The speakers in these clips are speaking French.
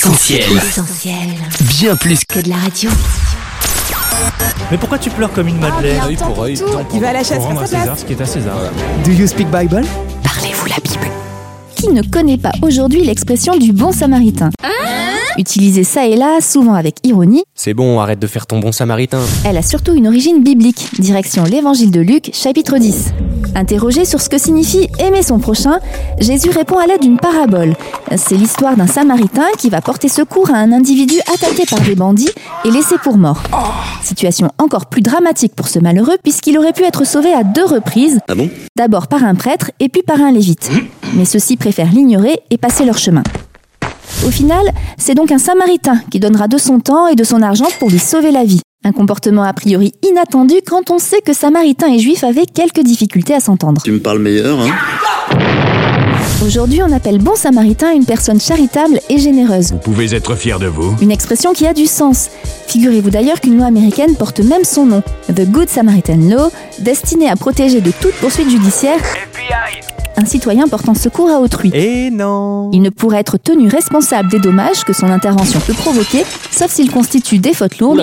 Essentiel, Essentiel. bien plus Que de la radio. Mais pourquoi tu pleures comme une Ah, madeleine Œil Ah pour œil, dent pour Il va à dent, la chasse pour à rendre sa à place. César ce qui est à César. Do you speak Bible Parlez-vous la Bible. Qui ne connaît pas aujourd'hui l'expression du bon samaritain Hein Utilisée ça et là, souvent avec ironie, C'est bon, arrête de faire ton bon samaritain. elle a surtout une origine biblique, direction l'évangile de Luc, chapitre 10. Interrogé sur ce que signifie aimer son prochain, Jésus répond à l'aide d'une parabole. C'est l'histoire d'un samaritain qui va porter secours à un individu attaqué par des bandits et laissé pour mort. Oh. Situation encore plus dramatique pour ce malheureux puisqu'il aurait pu être sauvé à deux reprises. Ah D'abord par un prêtre et puis par un lévite. Mais ceux-ci préfèrent l'ignorer et passer leur chemin. Au final, c'est donc un samaritain qui donnera de son temps et de son argent pour lui sauver la vie. Un comportement a priori inattendu quand on sait que samaritain et juif avaient quelques difficultés à s'entendre. Tu me parles meilleur, hein Aujourd'hui, on appelle bon samaritain une personne charitable et généreuse. Vous pouvez être fier de vous. Une expression qui a du sens. Figurez-vous d'ailleurs qu'une loi américaine porte même son nom, The Good Samaritan Law, destinée à protéger de toute poursuite judiciaire un citoyen portant secours à autrui. Eh non Il ne pourrait être tenu responsable des dommages que son intervention peut provoquer, sauf s'il constitue des fautes lourdes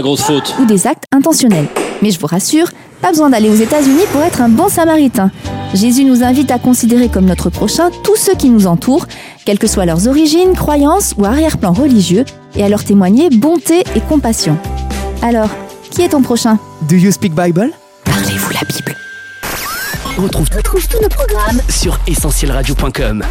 ou des actes intentionnels. Mais je vous rassure, pas besoin d'aller aux États-Unis pour être un bon samaritain. Jésus nous invite à considérer comme notre prochain tous ceux qui nous entourent, quelles que soient leurs origines, croyances ou arrière-plan religieux, et à leur témoigner bonté et compassion. Alors, qui est ton prochain Do you speak Bible Parlez-vous la Bible. On retrouve Trouve tous nos programmes sur essentielradio.com.